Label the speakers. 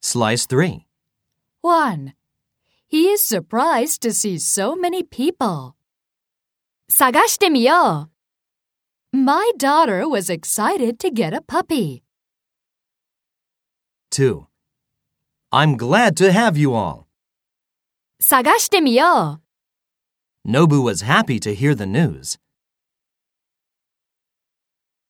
Speaker 1: Slice 3.
Speaker 2: 1. He is surprised to see so many people. 探してみよう My daughter was excited to get a puppy.
Speaker 1: 2. I'm glad to have you all.
Speaker 2: 探してみよう
Speaker 1: Nobu was happy to hear the news.